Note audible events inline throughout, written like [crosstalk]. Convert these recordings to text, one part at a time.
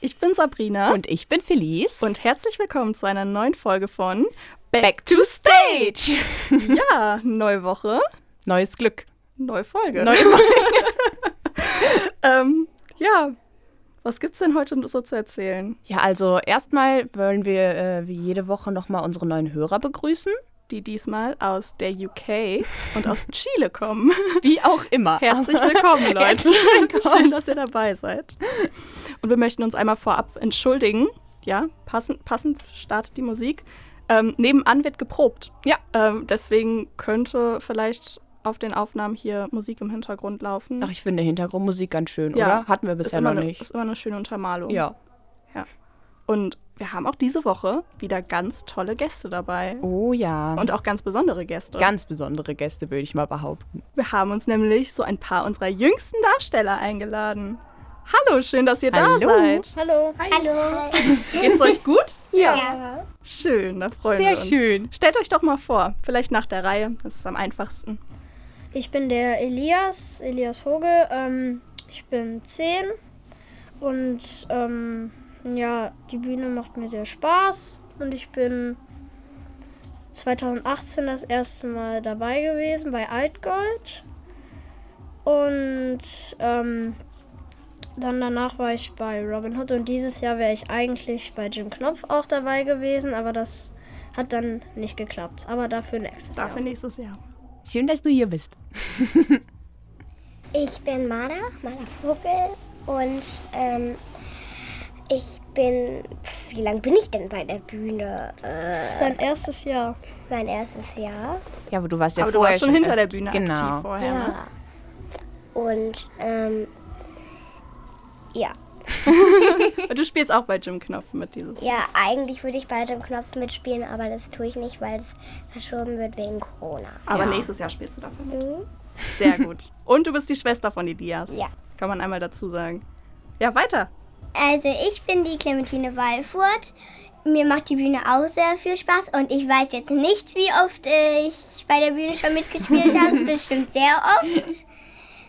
ich bin [laughs] Sabrina Und ich bin Felice. und herzlich willkommen zu einer neuen Folge von back to stage. [laughs] Ja, neue Woche, Neues Glück. neue Folge. Neue [laughs] ähm, ja, was gibt's denn heute so zu erzählen? Ja, also erstmal wollen wir äh, wie jede Woche nochmal unsere neuen [laughs] Hörer begrüßen. Die diesmal aus der UK und aus Chile [laughs] kommen. Wie auch immer. Herzlich willkommen, Leute. Herzlich willkommen. Schön, dass ihr dabei seid. Und wir möchten uns einmal vorab entschuldigen. Ja, passend, passend startet die Musik. Ähm, nebenan wird geprobt. Ja. Ähm, deswegen könnte vielleicht auf den Aufnahmen hier Musik im Hintergrund laufen. Ach, ich finde Hintergrundmusik ganz schön, Ja. oder? Hatten wir ist bisher immer, noch eine, nicht. ist immer eine schöne Untermalung. Ja. Und wir haben auch diese Woche wieder ganz tolle Gäste dabei. Oh ja. Und auch ganz besondere Gäste. ganz besondere Gäste, würde ich mal behaupten. Wir haben uns nämlich so ein paar unserer jüngsten Darsteller eingeladen. Hallo, schön, dass ihr da Hallo. seid. Hallo. Hallo. Geht's euch gut? Ja. Schön, da freuen wir uns. schön. Stellt euch doch mal vor, vielleicht nach der Reihe, das ist am einfachsten. Ich bin der Elias, Elias Vogel. Ähm, ich bin 10 und ähm, ja, die Bühne macht mir sehr Spaß und ich bin 2018 das erste Mal dabei gewesen bei Altgold und ähm, dann danach war ich bei Robin Hood und dieses Jahr wäre ich eigentlich bei Jim Knopf auch dabei gewesen, aber das hat dann nicht geklappt. Aber dafür nächstes Jahr. Dafür nächstes Jahr. Schön, dass du hier bist. Ich bin Mara, Mara Vogel und ähm, ich bin, pf, wie lange bin ich denn bei der Bühne? Äh, Das ist dein erstes Jahr. mein erstes Jahr. Ja, aber du warst ja Aber du vorher warst schon hinter äh, der Bühne genau. aktiv vorher. Ne? Ja. Und ähm, ja, Und du spielst auch bei Jim Knopf mit dieses. ja, eigentlich würde ich bei dem Knopf mitspielen, aber das tue ich nicht, weil es verschoben wird wegen Corona. Aber Ja. nächstes Jahr spielst du dafür mit. Mhm. Sehr gut. Und du bist die Schwester von Elias. Ja. Kann man einmal dazu sagen. Ja, weiter. Also ich bin die Clementine Walfurt. Mir macht die Bühne auch sehr viel Spaß und ich weiß jetzt nicht, wie oft ich bei der Bühne schon mitgespielt [laughs] habe. Bestimmt sehr oft.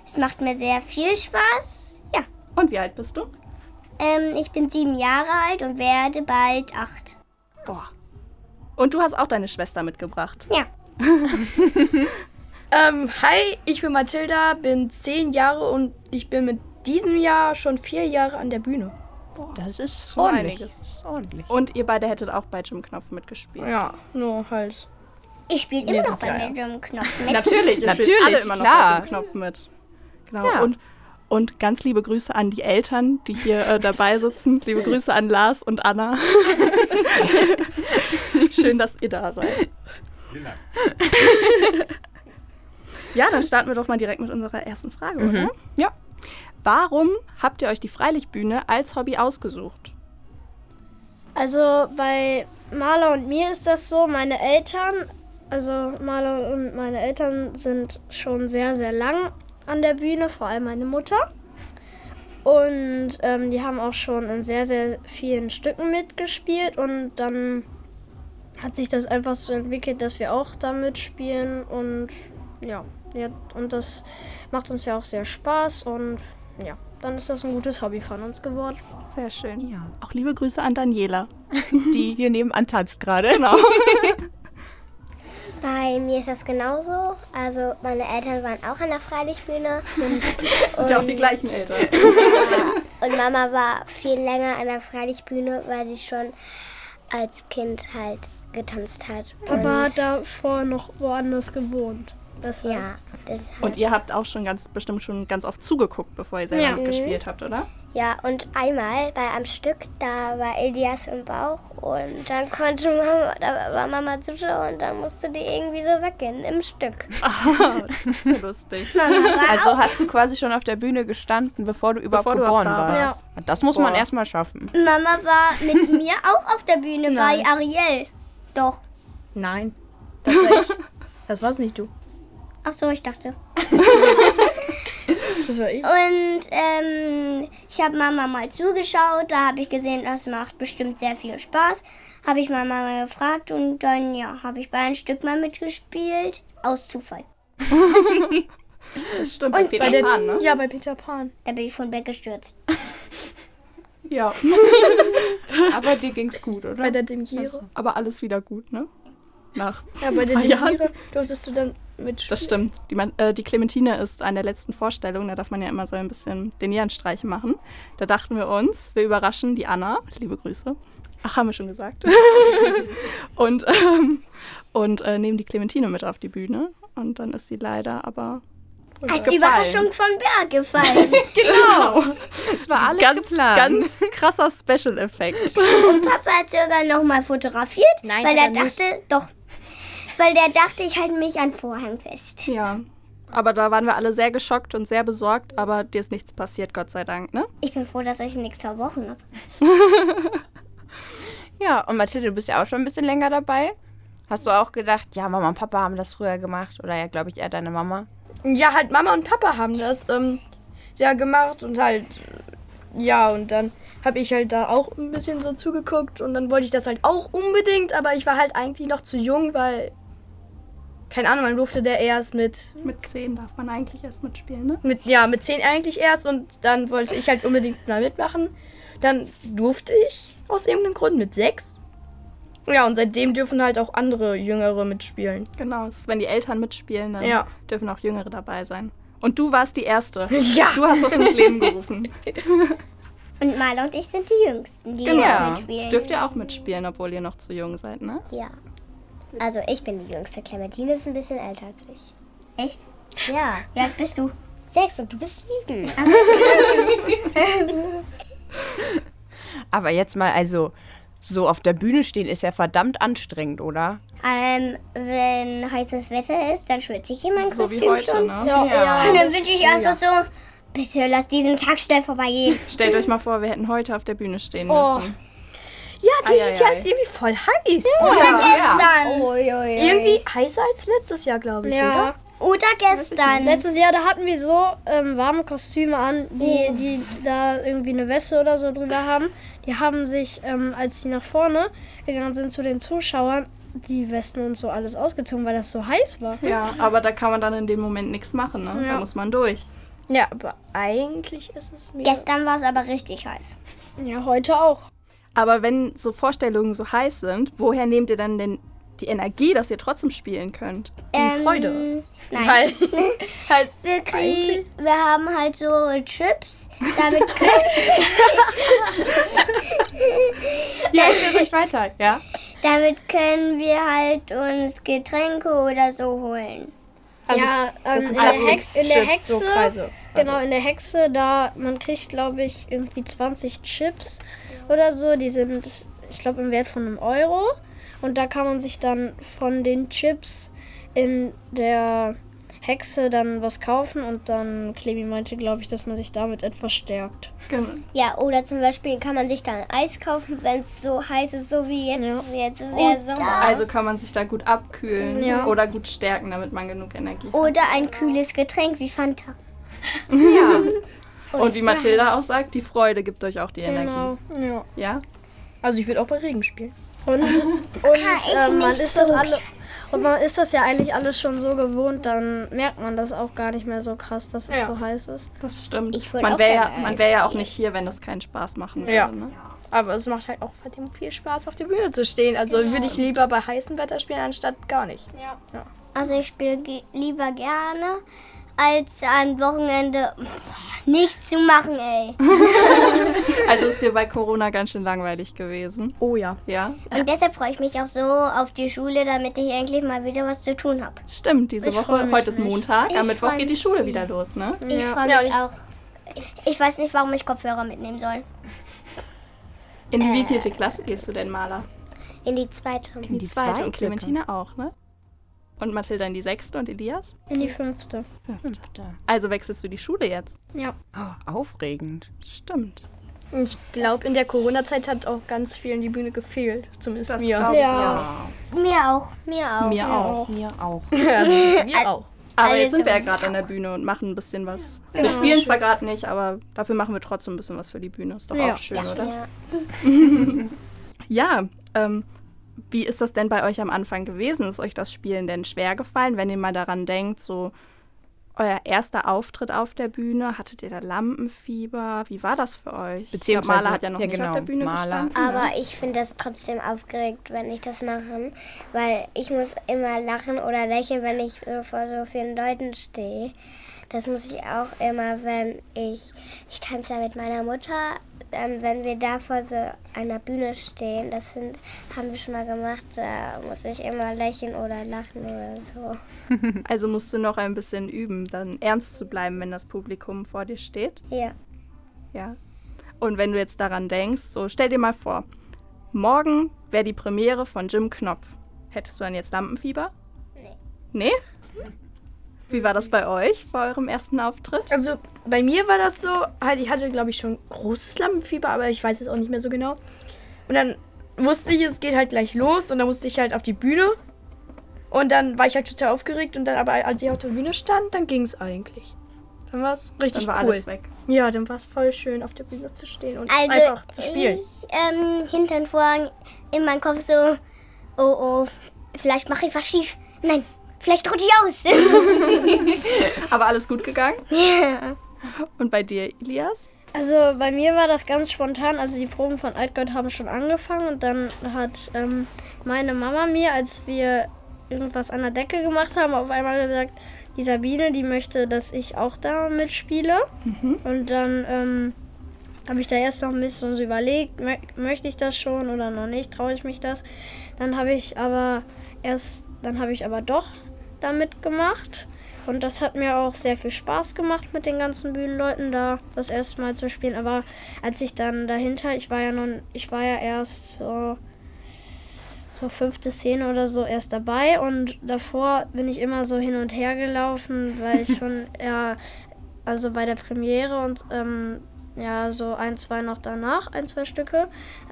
Es macht mir sehr viel Spaß. Ja, Und wie alt bist du? ähm, ich bin sieben Jahre alt und werde bald acht. Boah. Und du hast auch deine Schwester mitgebracht. Ja, Ähm, hi, ich bin Mathilda, bin zehn Jahre und ich bin mit diesem Jahr schon vier Jahre an der Bühne. Das ist Oh, Schon ordentlich. einiges. Oh, Das ist ordentlich. Und ihr beide hättet auch bei Jim Knopf mitgespielt. Ja, nur halt. ich spiele immer noch Nächstes bei Jahr, mir so [laughs] Knopf mit. Natürlich, ihr Natürlich, spielt alle immer noch klar. mit dem Knopf mit. Genau. Ja. Und, und ganz liebe Grüße an die Eltern, die hier äh, dabei sitzen. [laughs] Liebe Grüße an Lars und [laughs] Anna. Schön, dass ihr da seid. Vielen Dank. [laughs] Ja, dann starten wir doch mal direkt mit unserer ersten Frage, oder? Ja. Warum habt ihr euch die Freilichtbühne als Hobby ausgesucht? Also bei Maler und mir ist das so, meine Eltern, also Maler und meine Eltern sind schon sehr, sehr lang an der Bühne, vor allem meine Mutter. Und ähm, die haben auch schon in sehr, sehr vielen Stücken mitgespielt und dann hat sich das einfach so entwickelt, dass wir auch da mitspielen und ja, ja und das macht uns ja auch sehr Spaß und ja, dann ist das ein gutes Hobby von uns geworden. Sehr schön. Ja. Auch liebe Grüße an Daniela. Die hier nebenan tanzt gerade. Genau. Bei mir ist das genauso. Also meine Eltern waren auch an der Freilichtbühne. [laughs] Sind ja auch die gleichen Eltern. Und Mama war viel länger an der Freilichtbühne, weil sie schon als Kind halt getanzt hat. Papa Und hat davor noch woanders gewohnt. Das war- Ja, deshalb. Und ihr habt auch schon ganz bestimmt schon ganz oft zugeguckt, bevor ihr selber Ja. gespielt habt, oder? Ja, und einmal bei einem Stück, da war Elias im Bauch und dann konnte Mama, da war Mama Zuschauer und dann musste die irgendwie so weggehen im Stück. [laughs] das ist ja lustig. Mama [laughs] war Also hast du quasi schon auf der Bühne gestanden, bevor du überhaupt Bevor du geboren überhaupt da warst. Das muss man Boah. erstmal schaffen. Mama war mit mir auch auf der Bühne bei Ariel. Doch. [laughs] Nein. Das war ich. Das war's nicht du. Ach so, ich dachte. Das war ich. Und ähm, ich habe Mama mal zugeschaut, da habe ich gesehen, das macht bestimmt sehr viel Spaß. Habe ich meine Mama gefragt und dann ja, habe ich bei ein Stück mal mitgespielt. Aus Zufall. Das stimmt, und Peter Bei der, Pan, ne? Ja, bei Peter Pan. Da bin ich von weggestürzt. Ja. Aber dir ging's gut, oder? Bei der Demgiere. Aber alles wieder gut, ne? Nach. Ja, bei der Ah, ja. Demgiere durftest du dann mit Das stimmt. Die, man, äh, die Clementine ist eine der letzten Vorstellungen, da darf man ja immer so ein bisschen den Nierenstreiche machen. Da dachten wir uns, wir überraschen die Anna. Liebe Grüße. Ach, haben wir schon gesagt. und ähm, und äh, nehmen die Clementine mit auf die Bühne. Und dann ist sie leider aber. Als Überraschung vom Berg gefallen. Genau! Es war alles ganz, geplant. ganz krasser Special-Effekt. Und Papa hat sogar nochmal fotografiert, Nein, weil hat er er nicht. dachte, doch. Weil der dachte, ich halte mich an Vorhang fest. Ja. Aber da waren wir alle sehr geschockt und sehr besorgt, aber dir ist nichts passiert, Gott sei Dank, ne? Ich bin froh, dass ich nichts verbrochen habe. Ja, und Mathilde, du bist ja auch schon ein bisschen länger dabei. Hast du auch gedacht, ja, Mama und Papa haben das früher gemacht? Oder ja, glaube ich, eher deine Mama. Ja, halt Mama und Papa haben das ähm, ja gemacht und halt ja und dann habe ich halt da auch ein bisschen so zugeguckt und dann wollte ich das halt auch unbedingt, aber ich war halt eigentlich noch zu jung, weil keine Ahnung, man durfte der erst mit Mit 10 darf man eigentlich erst mitspielen, ne? mit ja mit zehn eigentlich erst und dann wollte ich halt unbedingt mal mitmachen. Dann durfte ich aus irgendeinem Grund mit sechs. Ja und seitdem dürfen halt auch andere Jüngere mitspielen. Genau, es ist, wenn die Eltern mitspielen, dann Ja. dürfen auch Jüngere dabei sein. Und du warst die Erste. Ja. Du hast das ins Leben gerufen. Und Marla und ich sind die Jüngsten, [laughs] die Genau. jetzt Jetzt mitspielen. dürft ihr auch mitspielen, obwohl ihr noch zu jung seid, ne? Ja. Also ich bin die Jüngste. Clementine ist ein bisschen älter als ich. Echt? Ja. Wie alt bist du? Sechs und du bist sieben. Aber jetzt mal, also, so auf der Bühne stehen ist ja verdammt anstrengend, oder? ähm, wenn heißes Wetter ist, dann schwitze ich in mein So wie Kostüm heute, schon. ne? ja. Und dann wünsche ich einfach so, bitte lass diesen Tag schnell [laughs] vorbeigehen. Stellt euch mal vor, wir hätten heute auf der Bühne stehen Oh. müssen. Ja, Eieiei. dieses Jahr ist irgendwie voll heiß. Oder gestern. Irgendwie heißer als letztes Jahr, glaube ich, oder? ja. Oder gestern. Letztes Jahr, da hatten wir so ähm, warme Kostüme an, die, Oh. die da irgendwie eine Weste oder so drüber haben. Die haben sich, ähm, als die nach vorne gegangen sind zu den Zuschauern, die Westen und so alles ausgezogen, weil das so heiß [laughs] war. Ja, aber da kann man dann in dem Moment nichts machen, ne? Da muss man durch. Ja, aber eigentlich ist es mir. Gestern war es aber richtig heiß. Ja, heute auch. Aber wenn so Vorstellungen so heiß sind, woher nehmt ihr dann denn die Energie, dass ihr trotzdem spielen könnt? Die Ähm, Freude. Nein. Weil, halt, Wir, kriegen, wir haben halt so Chips, [laughs] damit können, [laughs] Ja, ich ruhig weiter, ja? damit können wir halt uns Getränke oder so holen. Also ja, ähm, in, der alles Hex, in der Chips, so Hexe. Kreise. Genau, in der Hexe, da man kriegt, glaube ich, irgendwie 20 Chips oder so. Die sind, ich glaube, im Wert von einem Euro. Und da kann man sich dann von den Chips in der Hexe dann was kaufen. Und dann, Clemi meinte, glaube ich, dass man sich damit etwas stärkt. Genau. Ja, oder zum Beispiel kann man sich dann Eis kaufen, wenn es so heiß ist, so wie jetzt. Jetzt ist ja Sommer. Also kann man sich da gut abkühlen Ja. oder gut stärken, damit man genug Energie hat. Oder ein kühles Getränk wie Fanta. Und wie Mathilda auch sagt, die Freude gibt euch auch die Energie. Ja. Ja? Also ich würde auch bei Regen spielen. [laughs] Und, und ich ähm, man nicht ist das so. alle. Und man ist das ja eigentlich alles schon so gewohnt, dann merkt man das auch gar nicht mehr so krass, dass es Ja. so heiß ist. Das stimmt. Ich wollt man auch wäre ja, gerne man Eis wär ja auch nicht hier, wenn das keinen Spaß machen würde. Ja. Ne? Aber es macht halt auch verdammt viel Spaß, auf der Bühne zu stehen. Also würde ich lieber bei heißem Wetter spielen, anstatt gar nicht. Also ich spiele ge lieber gerne als am Wochenende. Boah, nichts zu machen, ey. Also ist dir bei Corona ganz schön langweilig gewesen. Oh ja. Ja, Und deshalb freue ich mich auch so auf die Schule, damit ich endlich mal wieder was zu tun habe. stimmt. Diese Ich freu Woche, mich heute ist nicht. Montag. Ich Am Mittwoch freu geht die mich Schule sehr. wieder los, ne? Ich freue mich Ja, und ich- auch. Ich weiß nicht, warum ich Kopfhörer mitnehmen soll. In wie vierte Klasse gehst du denn, Maler? In die zweite. In die zweite. und zweite. Clementine auch, ne? Und Mathilda in die sechste und Elias? In die fünfte. Also wechselst du die Schule jetzt? Ja. Oh, aufregend. Stimmt. Ich glaube, in der Corona-Zeit hat auch ganz vielen die Bühne gefehlt. Zumindest Das mir. glaub ich Ja. Mir auch. Mir auch. Mir auch. Mir auch. [laughs] Mir auch. Aber Also jetzt sind wir ja mir gerade an der Bühne und machen ein bisschen was. Wir spielen zwar gerade nicht, aber dafür machen wir trotzdem ein bisschen was für die Bühne. Ist doch Ja. auch schön, oder? Ja. Ja, ähm, wie ist das denn bei euch am Anfang gewesen? Ist euch das Spielen denn schwer gefallen, wenn ihr mal daran denkt, so euer erster Auftritt auf der Bühne? Hattet ihr da Lampenfieber? Wie war das für euch? Beziehungsweise- Maler hat ja noch ja, nicht genau, auf der Bühne Maler. gestanden. Aber ich finde das trotzdem aufgeregt, wenn ich das mache, weil ich muss immer lachen oder lächeln, wenn ich äh, vor so vielen Leuten stehe. Das muss ich auch immer, wenn ich, ich tanze ja mit meiner Mutter, ähm, wenn wir da vor so einer Bühne stehen, das sind, haben wir schon mal gemacht, da muss ich immer lächeln oder lachen oder so. Also musst du noch ein bisschen üben, dann ernst zu bleiben, wenn das Publikum vor dir steht. Ja. Ja. Und wenn du jetzt daran denkst, so stell dir mal vor, morgen wäre die Premiere von Jim Knopf. Hättest du dann jetzt Lampenfieber? Nee. Nee? Wie war das bei euch vor eurem ersten Auftritt? Also bei mir war das so, halt, ich hatte glaube ich schon großes Lampenfieber, aber ich weiß es auch nicht mehr so genau. Und dann wusste ich, es geht halt gleich los und dann musste ich halt auf die Bühne. Und dann war ich halt total aufgeregt und dann aber als ich auf der Bühne stand, dann ging es eigentlich. Dann war es richtig Dann war cool. alles weg. Ja, dann war es voll schön auf der Bühne zu stehen und Also einfach zu spielen. ich ähm, hintern Vorhang in meinem Kopf so, oh oh, vielleicht mache ich was schief. Nein, vielleicht rutsche ich aus. [laughs] Aber alles gut gegangen? Und bei dir, Elias? Also bei mir war das ganz spontan. Also die Proben von Altgold haben schon angefangen und dann hat ähm, meine Mama mir, als wir irgendwas an der Decke gemacht haben, auf einmal gesagt, die Sabine, die möchte, dass ich auch da mitspiele. Und dann ähm, habe ich da erst noch ein bisschen so überlegt, mö möchte ich das schon oder noch nicht, traue ich mich das. Dann habe ich aber erst, dann habe ich aber doch da mitgemacht. Und das hat mir auch sehr viel Spaß gemacht, mit den ganzen Bühnenleuten da das erste Mal zu spielen. Aber als ich dann dahinter, ich war ja nun, ich war ja erst so, so fünfte Szene oder so erst dabei und davor bin ich immer so hin und her gelaufen, weil ich schon ja, also bei der Premiere und ähm, ja, so ein, zwei noch danach, ein, zwei Stücke,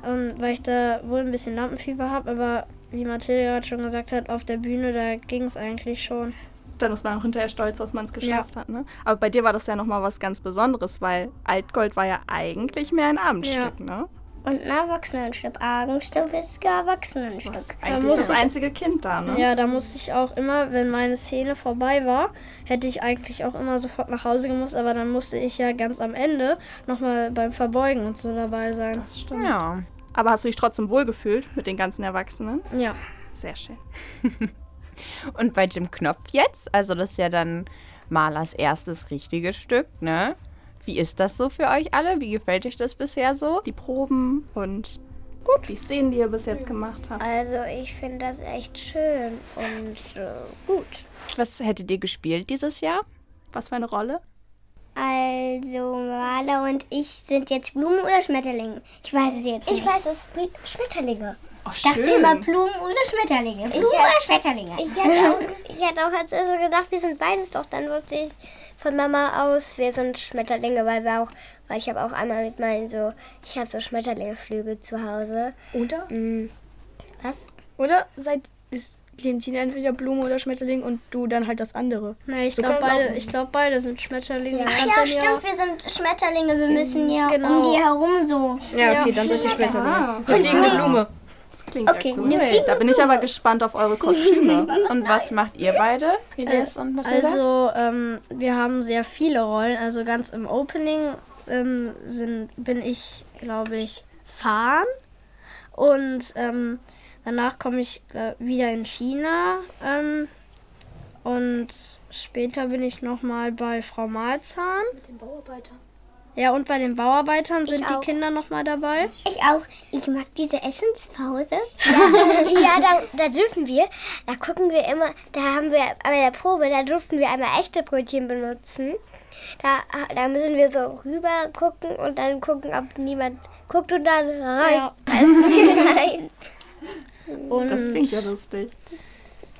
ähm, weil ich da wohl ein bisschen Lampenfieber habe, aber wie Mathilde gerade schon gesagt hat, auf der Bühne, da ging es eigentlich schon. Dann ist man auch hinterher stolz, dass man es geschafft hat. Ne? Aber bei dir war das ja nochmal was ganz Besonderes, weil Altgold war ja eigentlich mehr ein Abendstück. Ne? Und ein Erwachsenenstück. Abendstück ist ein Erwachsenenstück. Eigentlich muss das ich- einzige Kind da. Ne? Ja, da musste ich auch immer, wenn meine Szene vorbei war, hätte ich eigentlich auch immer sofort nach Hause gemusst, aber dann musste ich ja ganz am Ende nochmal beim Verbeugen und so dabei sein. Das stimmt. Ja. Aber hast du dich trotzdem wohlgefühlt mit den ganzen Erwachsenen? Ja. Sehr schön. Und bei Jim Knopf jetzt, also das ist ja dann Malers erstes richtiges Stück, ne? Wie ist das so für euch alle? Wie gefällt euch das bisher so? Die Proben und gut. die Szenen, die ihr bis jetzt gemacht habt. Also ich finde das echt schön und äh, gut. Was hättet ihr gespielt dieses Jahr? Was für eine Rolle? Also Maler und ich sind jetzt Blumen oder Schmetterlinge? Ich weiß es jetzt nicht. Ich weiß es. Schmetterlinge. Oh, Blumen oder Schmetterlinge. Blumen oder Schmetterlinge. Ich hätte auch, [laughs] ich hätte auch als erstes gedacht, wir sind beides doch. Dann wusste ich von Mama aus, wir sind Schmetterlinge, weil wir auch, weil ich habe auch einmal mit meinen so, ich habe so Schmetterlingsflügel zu Hause. Oder? Mm. Was? Oder seit ist Clementine entweder Blume oder Schmetterling und du dann halt das andere. Na, ich Du glaube kannst auch beide, singen. ich glaub, beide sind Schmetterlinge. Ja, Kannst ja dann stimmt, wir sind Schmetterlinge, wir müssen ja Genau. um die herum so. Ja, okay, dann seid ihr Schmetterling. Ah, Fliegende Blume. das klingt Okay, ja cool. eine fliegende Da bin ich aber gespannt auf eure Kostüme. Und was macht ihr beide? Elias und Mathilda? Also, ähm, wir haben sehr viele Rollen. Also ganz im Opening ähm, sind, bin ich, glaube ich, Fahn. Und ähm, danach komme ich äh, wieder in China. Ähm, und Später bin ich nochmal bei Frau Malzahn. Ja, und bei den Bauarbeitern sind die auch. Kinder nochmal dabei. Ich auch. Ich mag diese Essenspause. Ja, ja da, da dürfen wir. Da gucken wir immer, da haben wir bei der Probe, da durften wir einmal echte Brötchen benutzen. Da, da müssen wir so rüber gucken und dann gucken, ob niemand guckt und dann reißt es rein. Und Das klingt ja lustig.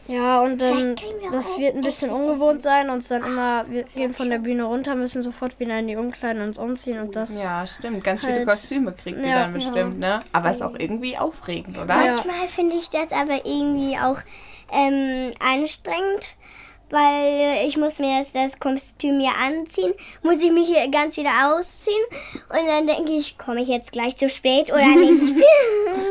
Ja, und ähm, Vielleicht kriegen wir das auch Ah, wird ein bisschen ungewohnt sein, uns dann immer, wir gehen von der Bühne runter, müssen sofort wieder in die Umkleiden uns umziehen und das. Ja, stimmt. Ganz viele Halt. Kostüme kriegt ihr Ja, dann bestimmt, ne? Aber ist auch irgendwie aufregend, oder? Ja. Manchmal finde ich das aber irgendwie auch ähm, anstrengend, weil äh, ich muss mir jetzt das Kostüm hier anziehen, muss ich mich hier ganz wieder ausziehen und dann denke ich, komme ich jetzt gleich zu spät [laughs] oder nicht.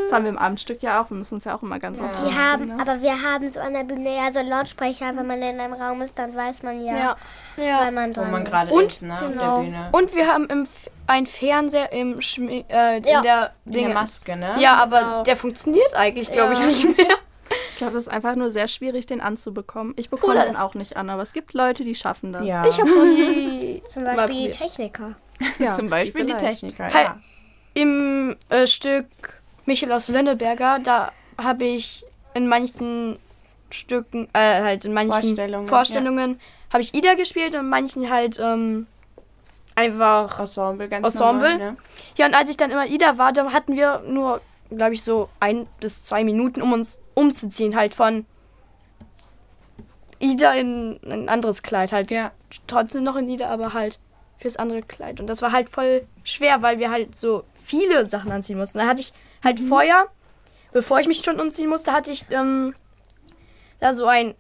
Das haben wir im Abendstück ja auch. Wir müssen uns ja auch immer ganz oft Die Genau. haben, aber wir haben so an der Bühne ja so einen Lautsprecher, wenn man in einem Raum ist, dann weiß man ja, weil man Wo dran man ist. gerade Und- ist, ne? genau. Auf der Bühne. Und wir haben im F ein Fernseher im Schmi äh, Ja. in der In der Dinge. Maske, ne? Ja, aber der funktioniert eigentlich, glaube ich, nicht mehr. Ich glaube, es ist einfach nur sehr schwierig, den anzubekommen. Ich bekomme Oder den das- auch nicht an, aber es gibt Leute, die schaffen das. [laughs] Ja. Ich hab so [laughs] nie. Zum Beispiel die Techniker. ja, Zum Beispiel die, halt. vielleicht. Techniker. Hi. Ja. Im äh, Stück Michel aus Lönneberger, da habe ich in manchen Stücken, äh, halt in manchen Vorstellungen, Vorstellungen, habe ich Ida gespielt und in manchen halt ähm, einfach. Ensemble, ganz Ensemble? normal, ne? Ja, und als ich dann immer Ida war, da hatten wir nur, glaube ich, so ein bis zwei Minuten, um uns umzuziehen, halt von Ida in ein anderes Kleid halt. Ja. Trotzdem noch in Ida, aber halt fürs andere Kleid. Und das war halt voll schwer, weil wir halt so viele Sachen anziehen mussten. Da hatte ich halt Mhm. vorher, bevor ich mich schon umziehen musste, hatte ich ähm, da so ein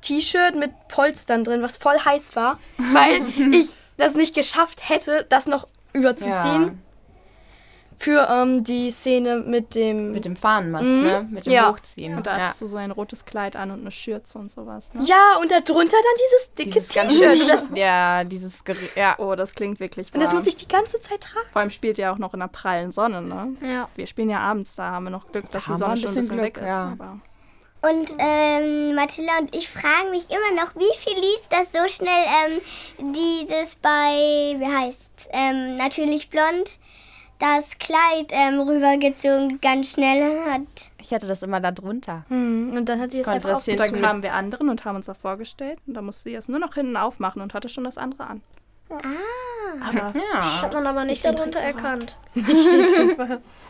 T-Shirt mit Polstern drin, was voll heiß war, [laughs] weil ich das nicht geschafft hätte, das noch überzuziehen Ja. für ähm, die Szene mit dem. Mit dem Fahnenmast, Mhm. ne? Mit dem Ja. Hochziehen. Und da ja. hattest du so ein rotes Kleid an und eine Schürze und sowas. Ne? ja, und darunter dann dieses dicke Dieses ganze T-Shirt. Und das, Ja, dieses Gerät. Ja. Oh, das klingt wirklich und das warm. muss ich die ganze Zeit tragen. Vor allem spielt ihr auch noch in der prallen Sonne, ne? Ja. Wir spielen ja abends, da haben wir noch Glück, dass Da die haben wir Sonne ein schon ein bisschen bisschen weg Glück, ist. ja. Aber Und ähm, Mathilda und ich fragen mich immer noch, wie viel liest das so schnell ähm, dieses bei, wie heißt ähm, natürlich blond, das Kleid ähm, rübergezogen ganz schnell hat. Ich hatte das immer da drunter. Und dann hat sie es Konnte einfach das hier und dann zu- [laughs] kamen wir anderen und haben uns da vorgestellt. Und da musste sie es nur noch hinten aufmachen und hatte schon das andere an. Ja. Hat man aber nicht darunter erkannt.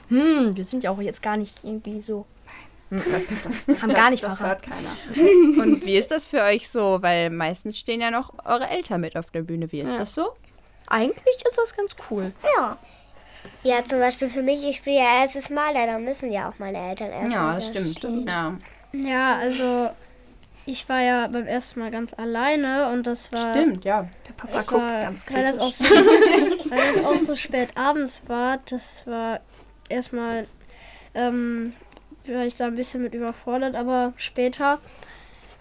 Hm, wir sind ja auch jetzt gar nicht irgendwie so. Nein. [laughs] Haben gar nicht Das verraten. hört keiner. Und wie ist das für euch so? Weil meistens stehen ja noch eure Eltern mit auf der Bühne. Wie ist das so? Eigentlich ist das ganz cool. Ja. Ja, zum Beispiel für mich, ich spiele ja erstes Mal, da da müssen ja auch meine Eltern erst Ja, mal das da stimmt. Ja. Ja, also ich war ja beim ersten Mal ganz alleine und das war. Stimmt, ja. Der Papa Das guckt war, ganz weil kritisch. das auch so, weil das auch so spät abends war, das war erstmal ähm, war ich da ein bisschen mit überfordert, aber später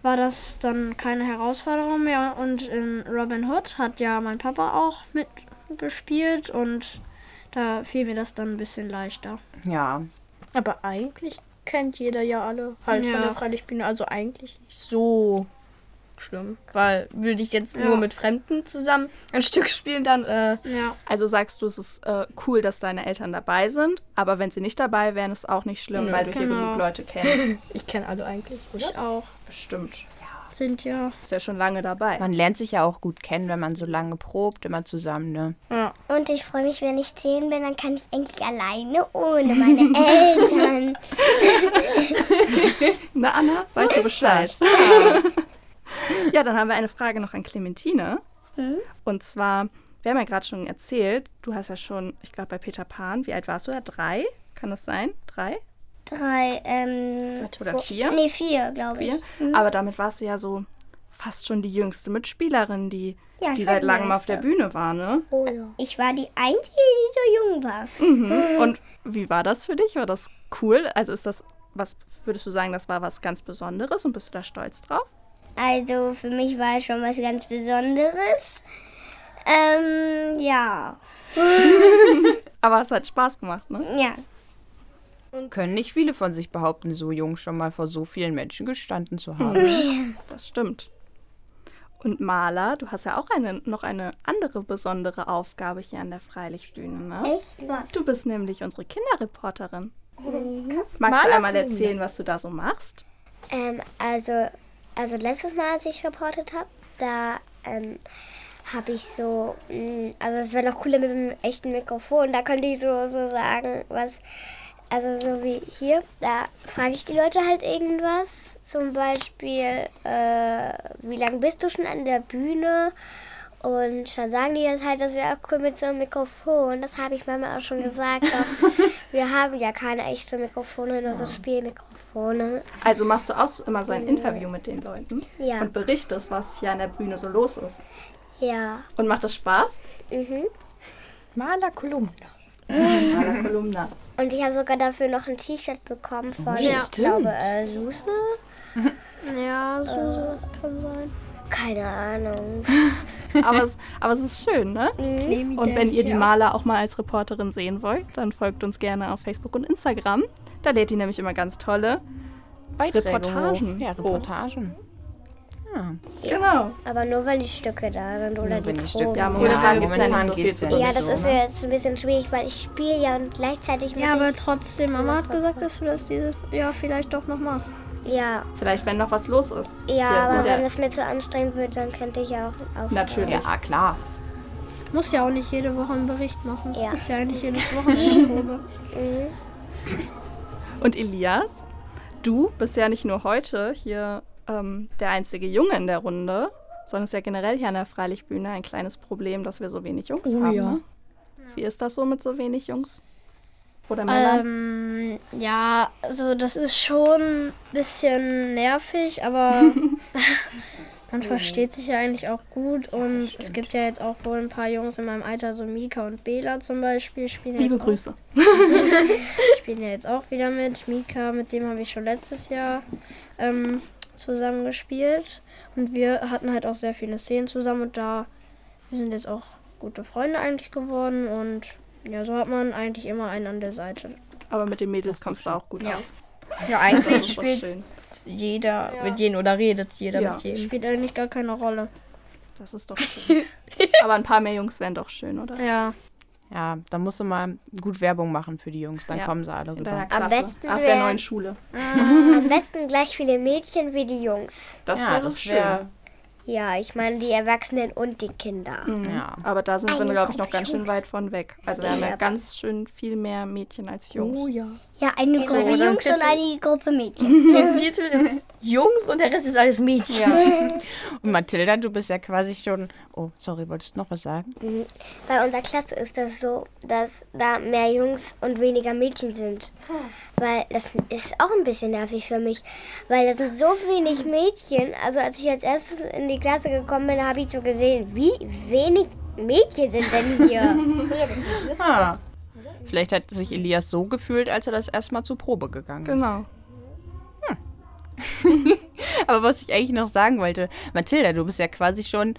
war das dann keine Herausforderung mehr und in Robin Hood hat ja mein Papa auch mitgespielt und da fiel mir das dann ein bisschen leichter. Ja. Aber eigentlich kennt jeder ja alle halt Ja. von der Freilichtbühne. Also eigentlich nicht so schlimm. Weil würde ich jetzt nur mit Fremden zusammen ein Stück spielen, dann äh, [laughs] Ja, Also sagst du, es ist äh, cool, dass deine Eltern dabei sind, aber wenn sie nicht dabei wären, ist auch nicht schlimm, weil du hier genau. genug Leute kennst. ich kenne alle eigentlich. Oder? ich auch. Bestimmt. Sind ja. Du bist ja schon lange dabei. Man lernt sich ja auch gut kennen, wenn man so lange probt, immer zusammen, ne? Und ich freue mich, wenn ich zehn bin, dann kann ich eigentlich alleine ohne meine Eltern. Na, Anna, weißt du Bescheid? das? Ja. Ja, dann haben wir eine Frage noch an Clementine. Hm? Und zwar, wir haben ja gerade schon erzählt, du hast ja schon, ich glaube, bei Peter Pan, wie alt warst du da? Drei? Kann das sein? Drei? Drei, ähm, Oder vier? nee, vier, glaube ich. vier. Aber damit warst du ja so fast schon die jüngste Mitspielerin, die, Ja, ich die war seit die langem auf der Jüngste. Bühne war, ne? Ich war die Einzige, die so jung war. Mhm. Und wie war das für dich? War das cool? Also ist das, was würdest du sagen, das war was ganz Besonderes und bist du da stolz drauf? Also für mich war es schon was ganz Besonderes. Ähm, ja. Aber es hat Spaß gemacht, ne? Ja. Können nicht viele von sich behaupten, so jung schon mal vor so vielen Menschen gestanden zu haben. Das stimmt. Und Maler, du hast ja auch eine, noch eine andere besondere Aufgabe hier an der Freilichtbühne, ne? Echt? Was? Du bist nämlich unsere Kinderreporterin. Mhm. Magst du einmal erzählen, was du da so machst? Ähm, also, also letztes Mal, als ich reportet habe, da ähm, habe ich so, mh, also es wäre noch cooler mit einem echten Mikrofon, da könnte ich so, so sagen, was, also so wie hier, da frage ich die Leute halt irgendwas, zum Beispiel, äh, wie lange bist du schon an der Bühne? Und dann sagen die das halt, das wäre auch cool mit so einem Mikrofon. Das habe ich Mama auch schon gesagt. Doch wir haben ja keine echten Mikrofone, nur so Spielmikrofone. Also machst du auch so- immer so ein Interview mit den Leuten Ja. und berichtest, was hier an der Bühne so los ist. Ja. Und macht das [laughs] Spaß? Mhm. Maler Kolumna. Maler Kolumna. Und ich habe sogar dafür noch ein T-Shirt bekommen von, ich stimmt. glaube, äh, Suse? Ja, so, so kann sein. Keine Ahnung. Aber es, aber es ist schön, ne? Und wenn ihr die Maler auch mal als Reporterin sehen wollt, dann folgt uns gerne auf Facebook und Instagram. Da lädt die nämlich immer ganz tolle. Beiträge Reportagen Hoch. Ja, hoch. Reportagen. Genau. Aber nur wenn die Stücke da sind oder Nur wenn die die Proben. Stücke Ja, Ja, momentan gibt es ja nicht momentan so viel geht's zu ja tun. Ja, Und das so, ist ne? jetzt ein bisschen schwierig, weil ich spiele ja und gleichzeitig Ja, muss aber trotzdem, Mama hat gesagt, dass du das dieses Jahr vielleicht doch noch machst. ich... Ja, Vielleicht, wenn noch was los ist. ja Hier aber sind wenn ja- es mir zu anstrengend wird, dann könnte ich ja auch aufhören. Natürlich. Ja, klar. Muss ja auch nicht jede Woche einen Bericht machen. Ja. Ist ja eigentlich jedes [laughs] Wochenende Probe. Mhm. Und Elias, du bist ja nicht nur heute hier ähm, der einzige Junge in der Runde, sondern es ist ja generell hier an der Freilichtbühne ein kleines Problem, dass wir so wenig Jungs haben. Ne? Wie ist das so mit so wenig Jungs? Oder Männern? Ähm, ja, also das ist schon ein bisschen nervig, aber [laughs] man versteht sich ja eigentlich auch gut und es gibt ja jetzt auch wohl ein paar Jungs in meinem Alter, so Mika und Bela zum Beispiel, spielen, ja Liebe jetzt auch, Grüße. spielen ja jetzt auch wieder mit. Mika, mit dem habe ich schon letztes Jahr ähm, zusammen gespielt und wir hatten halt auch sehr viele Szenen zusammen und da wir sind jetzt auch gute Freunde eigentlich geworden und ja, so hat man eigentlich immer einen an der Seite. Aber mit den Mädels kommst du auch gut Ja. aus. Ja, Das Oh, eigentlich ist doch spielt schön. jeder mit jedem oder redet jeder Ja. mit jedem. Spielt eigentlich gar keine Rolle. Das ist doch schön. Aber ein paar mehr Jungs wären doch schön, oder? Ja. Ja, da musst du mal gut Werbung machen für die Jungs, dann Ja. kommen sie alle In deiner rüber. Klasse. besten Auf der wär- neuen Schule. Am besten gleich viele Mädchen wie die Jungs. Das ja, wäre doch schön. wär- Ja, ich meine die Erwachsenen und die Kinder. Mhm. Ja. Aber da sind wir, Eine glaube ich, noch Gruppe ganz schön Jungs. weit von weg. Also wir haben ja Ja. ganz schön viel mehr Mädchen als Jungs. ja. Ja, eine Gruppe dann Jungs und kriegst du- eine Gruppe Mädchen. [laughs] So ein Viertel ist Jungs und der Rest ist alles Mädchen. [laughs] Ja, Und Mathilda, du bist ja quasi schon. Oh, sorry, wolltest du noch was sagen? Bei unserer Klasse ist das so, dass da mehr Jungs und weniger Mädchen sind. Weil das ist auch ein bisschen nervig für mich, weil da sind so wenig Mädchen. Also als ich als erstes in die Klasse gekommen bin, habe ich so gesehen, wie wenig Mädchen sind denn [laughs] hier. Ah. Vielleicht hat sich Elias so gefühlt, als er das erstmal zur Probe gegangen ist. genau. Aber was ich eigentlich noch sagen wollte, Mathilda, du bist ja quasi schon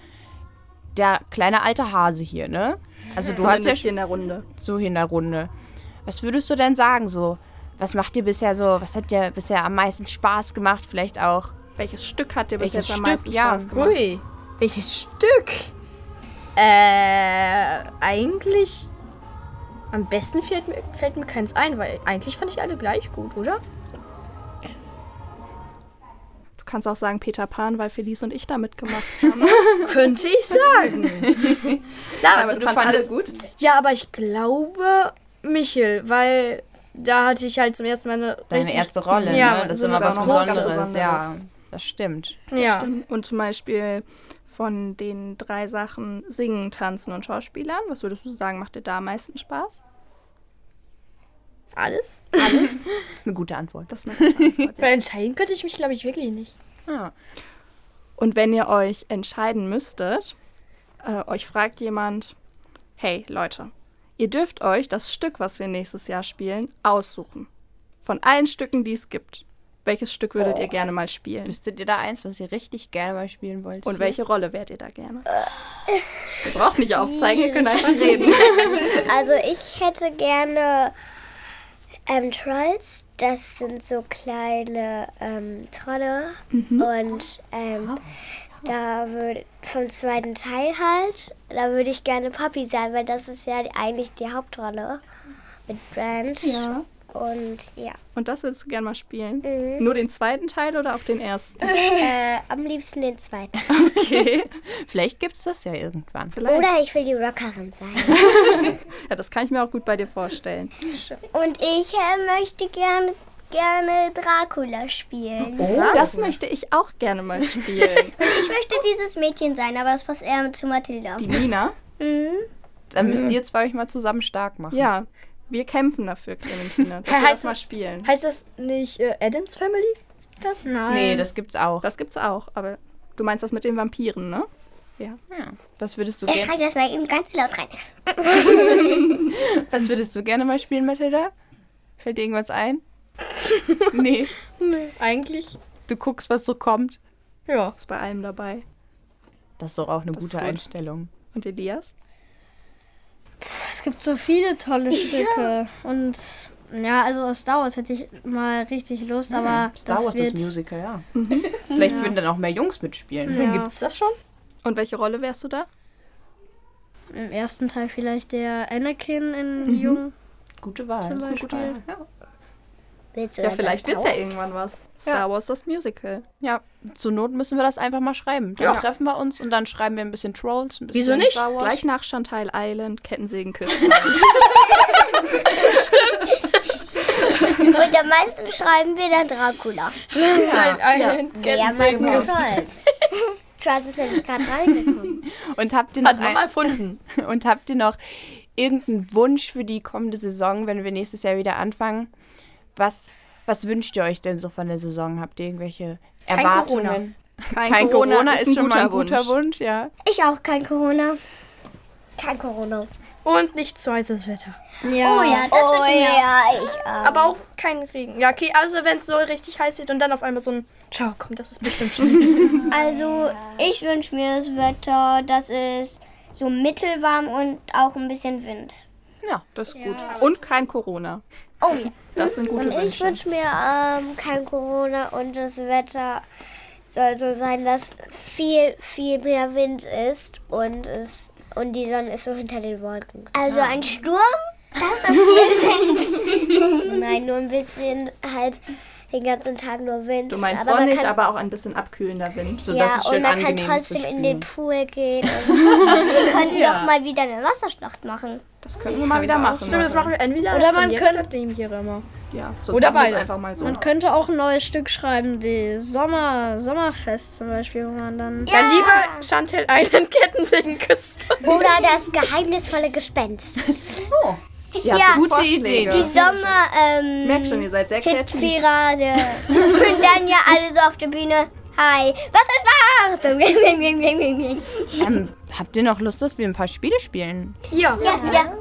der kleine alte Hase hier, ne? Also du hast ja Zumindest hier in der Runde. so hier in der Runde. Was würdest du denn sagen so? Was macht dir bisher so, was hat dir bisher am meisten Spaß gemacht? Vielleicht auch Welches Stück hat dir bis Welches jetzt am Stück? meisten Ja, Spaß gemacht? Ui, welches Stück? Äh, eigentlich. Am besten fällt mir, fällt mir keins ein, weil eigentlich fand ich alle gleich gut, oder? Du kannst auch sagen Peter Pan, weil Felice und ich da [laughs] mitgemacht haben. Könnte ich sagen. Na, Aber also du du fandest fandest, alle gut? ja, aber ich glaube Michel, weil da hatte ich halt zum ersten Mal eine deine richtig- erste Rolle, Ja, ne? Das ist so immer eine was auch noch was ganz Besonderes. Besonderes. ja. Das stimmt. Ja. Und zum Beispiel von den drei Sachen Singen, Tanzen und Schauspielern, was würdest du sagen, macht dir da am meisten Spaß? Alles? Das ist eine gute Antwort. Das ist eine [laughs] gute Antwort, ja. Weil entscheiden könnte ich mich, glaube ich, wirklich nicht. Ja. Und wenn ihr euch entscheiden müsstet, äh, euch fragt jemand, hey Leute, ihr dürft euch das Stück, was wir nächstes Jahr spielen, aussuchen. Von allen Stücken, die es gibt. Welches Stück würdet ihr gerne mal spielen? Wüsstet ihr da eins, was ihr richtig gerne mal spielen wollt? Und welche Rolle wärt ihr da gerne? Ihr braucht nicht aufzeigen, ihr könnt einfach reden. Also ich hätte gerne ähm, Trolls. Das sind so kleine ähm, Trolle. Und ähm, Da würde vom zweiten Teil halt, da würde ich gerne Poppy sein, weil das ist ja eigentlich die Hauptrolle mit Branch. Ja. Und ja. Und das würdest du gerne mal spielen? Mhm. Nur den zweiten Teil oder auch den [laughs] ersten? Äh, am liebsten den zweiten. Okay, Vielleicht gibt es das ja irgendwann. vielleicht. Oder ich will die Rockerin sein. Ja, das kann ich mir auch gut bei dir vorstellen. Und ich äh, möchte gerne, gerne Dracula spielen. Das möchte ich auch gerne mal spielen. Ich möchte dieses Mädchen sein, aber das passt eher zu Mathilda. Die Mina? Mhm. Dann müsst ihr zwei euch mal zusammen stark machen. Ja, wir kämpfen dafür, Clementine. Dass wir Heißt das es- mal spielen. Heißt das nicht äh, Adams Family? Das? Nein. Nee, das gibt's auch. Das gibt's auch, aber du meinst das mit den Vampiren, ne? Ja. Was würdest du Er gerne? schreit das mal eben ganz laut rein. Was würdest du gerne mal spielen, Mathilda? Fällt dir irgendwas ein? nee. Nee. Eigentlich? Du guckst, was so kommt. Ja. [laughs] Ist bei allem dabei. Das ist doch auch eine Das ist gute gut. Einstellung. Und Elias? Es gibt so viele tolle Stücke. Und ja, also Star Wars hätte ich mal richtig Lust, aber Star das Wars, das wird Musical, ja. [laughs] Vielleicht würden dann auch mehr Jungs mitspielen. Ja. Gibt's das [laughs] schon? Und welche Rolle wärst du da? im ersten Teil vielleicht der Anakin in Mhm. Jung. Gute Wahl. Zum das ist eine gute Beispiel. Wahl. Willst du Ja, dann vielleicht das wird's ja aus? irgendwann was. Star Wars, das Musical. Ja. ja, zur Not müssen wir das einfach mal schreiben. Dann Ja. treffen wir uns und dann schreiben wir ein bisschen Trolls, ein bisschen Wieso nicht? Star Wars. Gleich nach Chantal Island, Kettensägenküsten. Und am meisten schreiben wir dann Dracula. Nein, ein Wäre ja mal [laughs] stolz. Charles ist nämlich gerade reingekommen. Und habt ihr noch Hat man mal erfunden. [laughs] Und habt ihr noch irgendeinen Wunsch für die kommende Saison, wenn wir nächstes Jahr wieder anfangen? Was, was wünscht ihr euch denn so von der Saison? Habt ihr irgendwelche Erwartungen? Kein, ist, schon mal ein guter Wunsch, ja. Ich auch kein Corona. Kein Corona. Und nicht zu heißes Wetter. Oh ja, das oh, ja, ich auch. Aber auch kein Regen. Ja, okay, also wenn es so richtig heiß wird und dann auf einmal so ein Ciao, komm, [laughs] das ist bestimmt schon. Also, ich wünsche mir das Wetter, das ist so mittelwarm und auch ein bisschen Wind. Ja, das ist gut. Und kein Corona. Oh ja. Das sind gute Und ich Wünsche. wünsche mir ähm, kein Corona und das Wetter soll so sein, dass viel, viel mehr Wind ist und es und die Sonne ist so hinter den Wolken. Also ein Sturm? Das ist [laughs] viel Wind. Nein, nur ein bisschen halt den ganzen Tag nur Wind. Du meinst man sonnig, kann- aber auch ein bisschen abkühlender Wind. So, ja, dass es schön und man kann angenehm ist zu trotzdem in den spielen. Pool gehen. [laughs] Und wir könnten doch mal wieder eine Wasserschlacht machen. das können wir mal wieder machen. Stimmt, das machen wir entweder Oder man jetzt könnte- oder dem hier immer. Ja, sonst Oder machen wir es beides. Einfach mal so. Man könnte auch ein neues Stück schreiben, die Sommer, Sommerfest zum Beispiel, wo man dann. Dann lieber Chantel Island Kettensägenküste. Oder das geheimnisvolle Gespenst. ja, Ja. gute Vorschläge. Idee. Die Sommer ähm, Äh, Merk schon, ihr seid sehr kreativ. Hitparade. Und dann ja alle so auf der Bühne. Hi, was ist Nacht? Bing, bing, bing, bing, bing, bing. Ähm, habt ihr noch Lust, dass wir ein paar Spiele spielen? Ja. Ja, ja.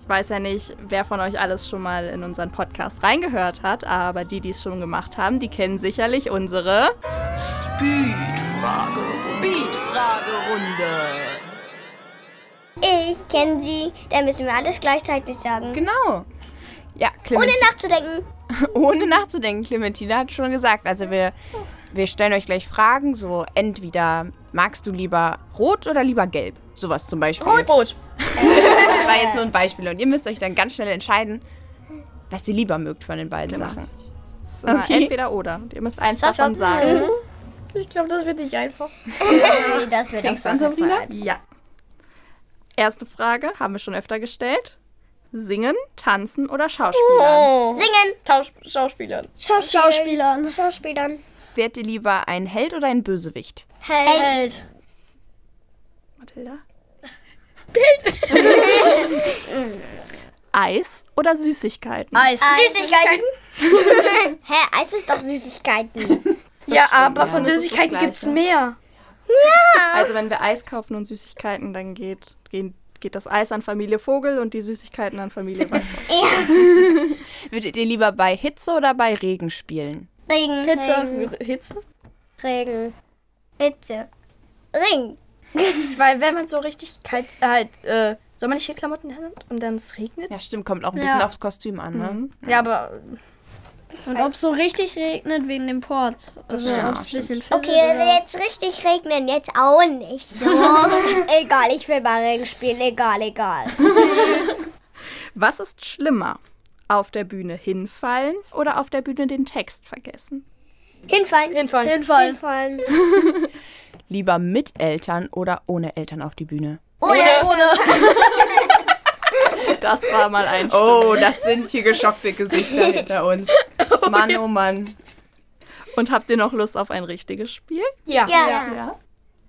Ich weiß ja nicht, wer von euch alles schon mal in unseren Podcast reingehört hat, aber die, die es schon gemacht haben, die kennen sicherlich unsere. Ich kenne sie. Da müssen wir alles gleichzeitig sagen. Genau. Ja, Ohne Clementine, nachzudenken. [laughs] ohne nachzudenken, Clementine hat schon gesagt. Also wir, wir stellen euch gleich Fragen, so entweder magst du lieber rot oder lieber gelb? Sowas zum Beispiel. Rot. Das war jetzt nur ein Beispiel. Und ihr müsst euch dann ganz schnell entscheiden, was ihr lieber mögt von den beiden Sachen. Das ist immer Okay. Entweder oder. Und ihr müsst eins Das war davon sagen. Ich glaube, das wird nicht einfach. Nee, das wird auch so. Sabrina? Ja. Erste Frage haben wir schon öfter gestellt. Singen, tanzen oder Schauspielern? Oh. Singen. Tausch Schauspielern. Schauspielern. Schauspielern. Wärt ihr lieber ein Held oder ein Bösewicht? Held. Held. Mathilda? Eis oder Süßigkeiten? Ah. Eis. Süßigkeiten. [laughs] Hä, Eis ist doch Süßigkeiten. ja, aber von Das ist das Süßigkeiten Gleiche. gibt's mehr. Also wenn wir Eis kaufen und Süßigkeiten, dann geht, gehen, geht das Eis an Familie Vogel und die Süßigkeiten an Familie Waldmann. Würdet ihr lieber bei Hitze oder bei Regen spielen? Regen. Regen. Hitze. Ähm, Hitze? Regen. Hitze. Ring. Weil wenn man so richtig kalt, äh, halt, äh, sommerliche Klamotten hat und dann es regnet. Mhm. Ja, stimmt, kommt auch ein bisschen aufs Kostüm an, ne? Ja, aber Und ob es so richtig regnet wegen dem Port. Also stimmt, ob es ein bisschen fisselt Okay, oder... jetzt richtig regnen, jetzt auch [laughs] nicht so. egal, ich will mal Regen spielen, egal, egal. Was ist schlimmer? Auf der Bühne hinfallen oder auf der Bühne den Text vergessen? Hinfallen. Hinfallen. Hinfallen. Hinfallen. Lieber mit Eltern oder ohne Eltern auf die Bühne? Oder, Das war mal ein Oh, das sind hier [laughs] geschockte Gesichter hinter uns. Mann, oh Mann. Und habt ihr noch Lust auf ein richtiges Spiel? Ja. Ja. Ja.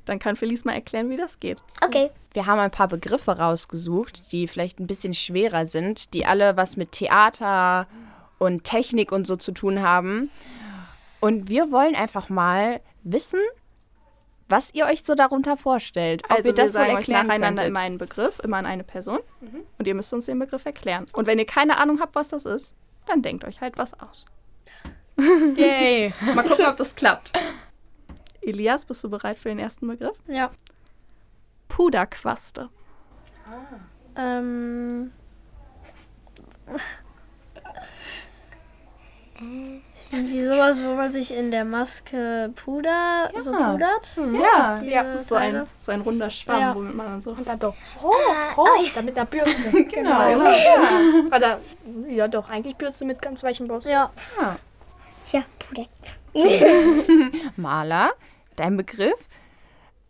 Dann kann Felice mal erklären, wie das geht. Okay. Wir haben ein paar Begriffe rausgesucht, die vielleicht ein bisschen schwerer sind, die alle was mit Theater und Technik und so zu tun haben. Und wir wollen einfach mal wissen, was ihr euch so darunter vorstellt. Ob Also ihr das wir sagen wohl euch erklären nacheinander könntet. Mhm. immer einen Begriff, immer an eine Person. Und ihr müsst uns den Begriff erklären. Und wenn ihr keine Ahnung habt, was das ist, dann denkt euch halt was aus. Yay. Mal gucken, ob das [laughs] klappt. Elias, bist du bereit für den ersten Begriff? Ja. Puderquaste. Ähm, irgendwie sowas, wo man sich in der Maske Puder so pudert. Ja. Diese Das ist so ein, Teile. so ein runder Schwamm, Ja. womit man dann so. Und dann doch hoch, hoch, dann mit einer Bürste. genau. Ja. Oder, ja doch, eigentlich Bürste mit ganz weichem Boss. [laughs] Ja. Ja, [laughs] Puder. Maler, dein Begriff?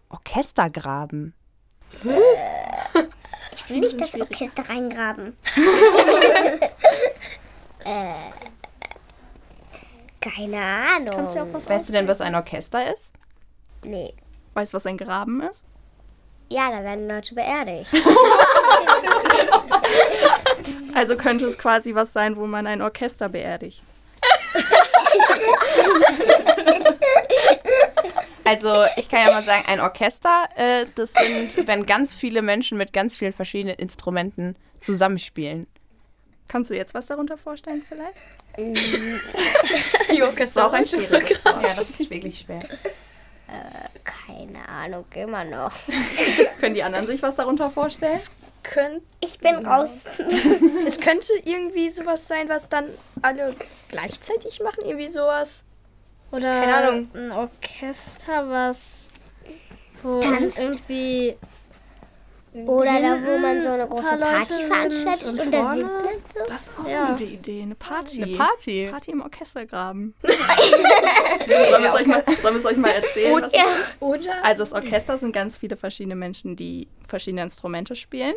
Orchestergraben. Ich will nicht das Orchester [laughs] reingraben. äh, keine Ahnung. Kannst du auch was Weißt du denn, was ein Orchester ist? Nee. Weißt du, was ein Graben ist? Ja, da werden Leute beerdigt. Also könnte es quasi was sein, wo man ein Orchester beerdigt. Also ich kann ja mal sagen, ein Orchester, äh, das sind, wenn ganz viele Menschen mit ganz vielen verschiedenen Instrumenten zusammenspielen. Kannst du jetzt was darunter vorstellen vielleicht? Die Orchester Auch ein [laughs] schwieriges Wort. das ist wirklich schwer. Keine Ahnung, immer noch. Können die anderen sich was darunter vorstellen? Könnt, Ich bin raus. es könnte irgendwie sowas sein, was dann alle gleichzeitig machen, irgendwie sowas. Oder Keine Ahnung. ein Orchester, was wo Tanzt. irgendwie Oder da, wo man so eine Ein paar große Leute Party sind veranstaltet und, und da vorne. singt man so. Das ist auch Ja. eine gute Idee, eine Party. Eine Party. Party im Orchestergraben. sollen, wir es euch mal, sollen wir es euch mal erzählen? was- Oder? Also das Orchester sind ganz viele verschiedene Menschen, die verschiedene Instrumente spielen.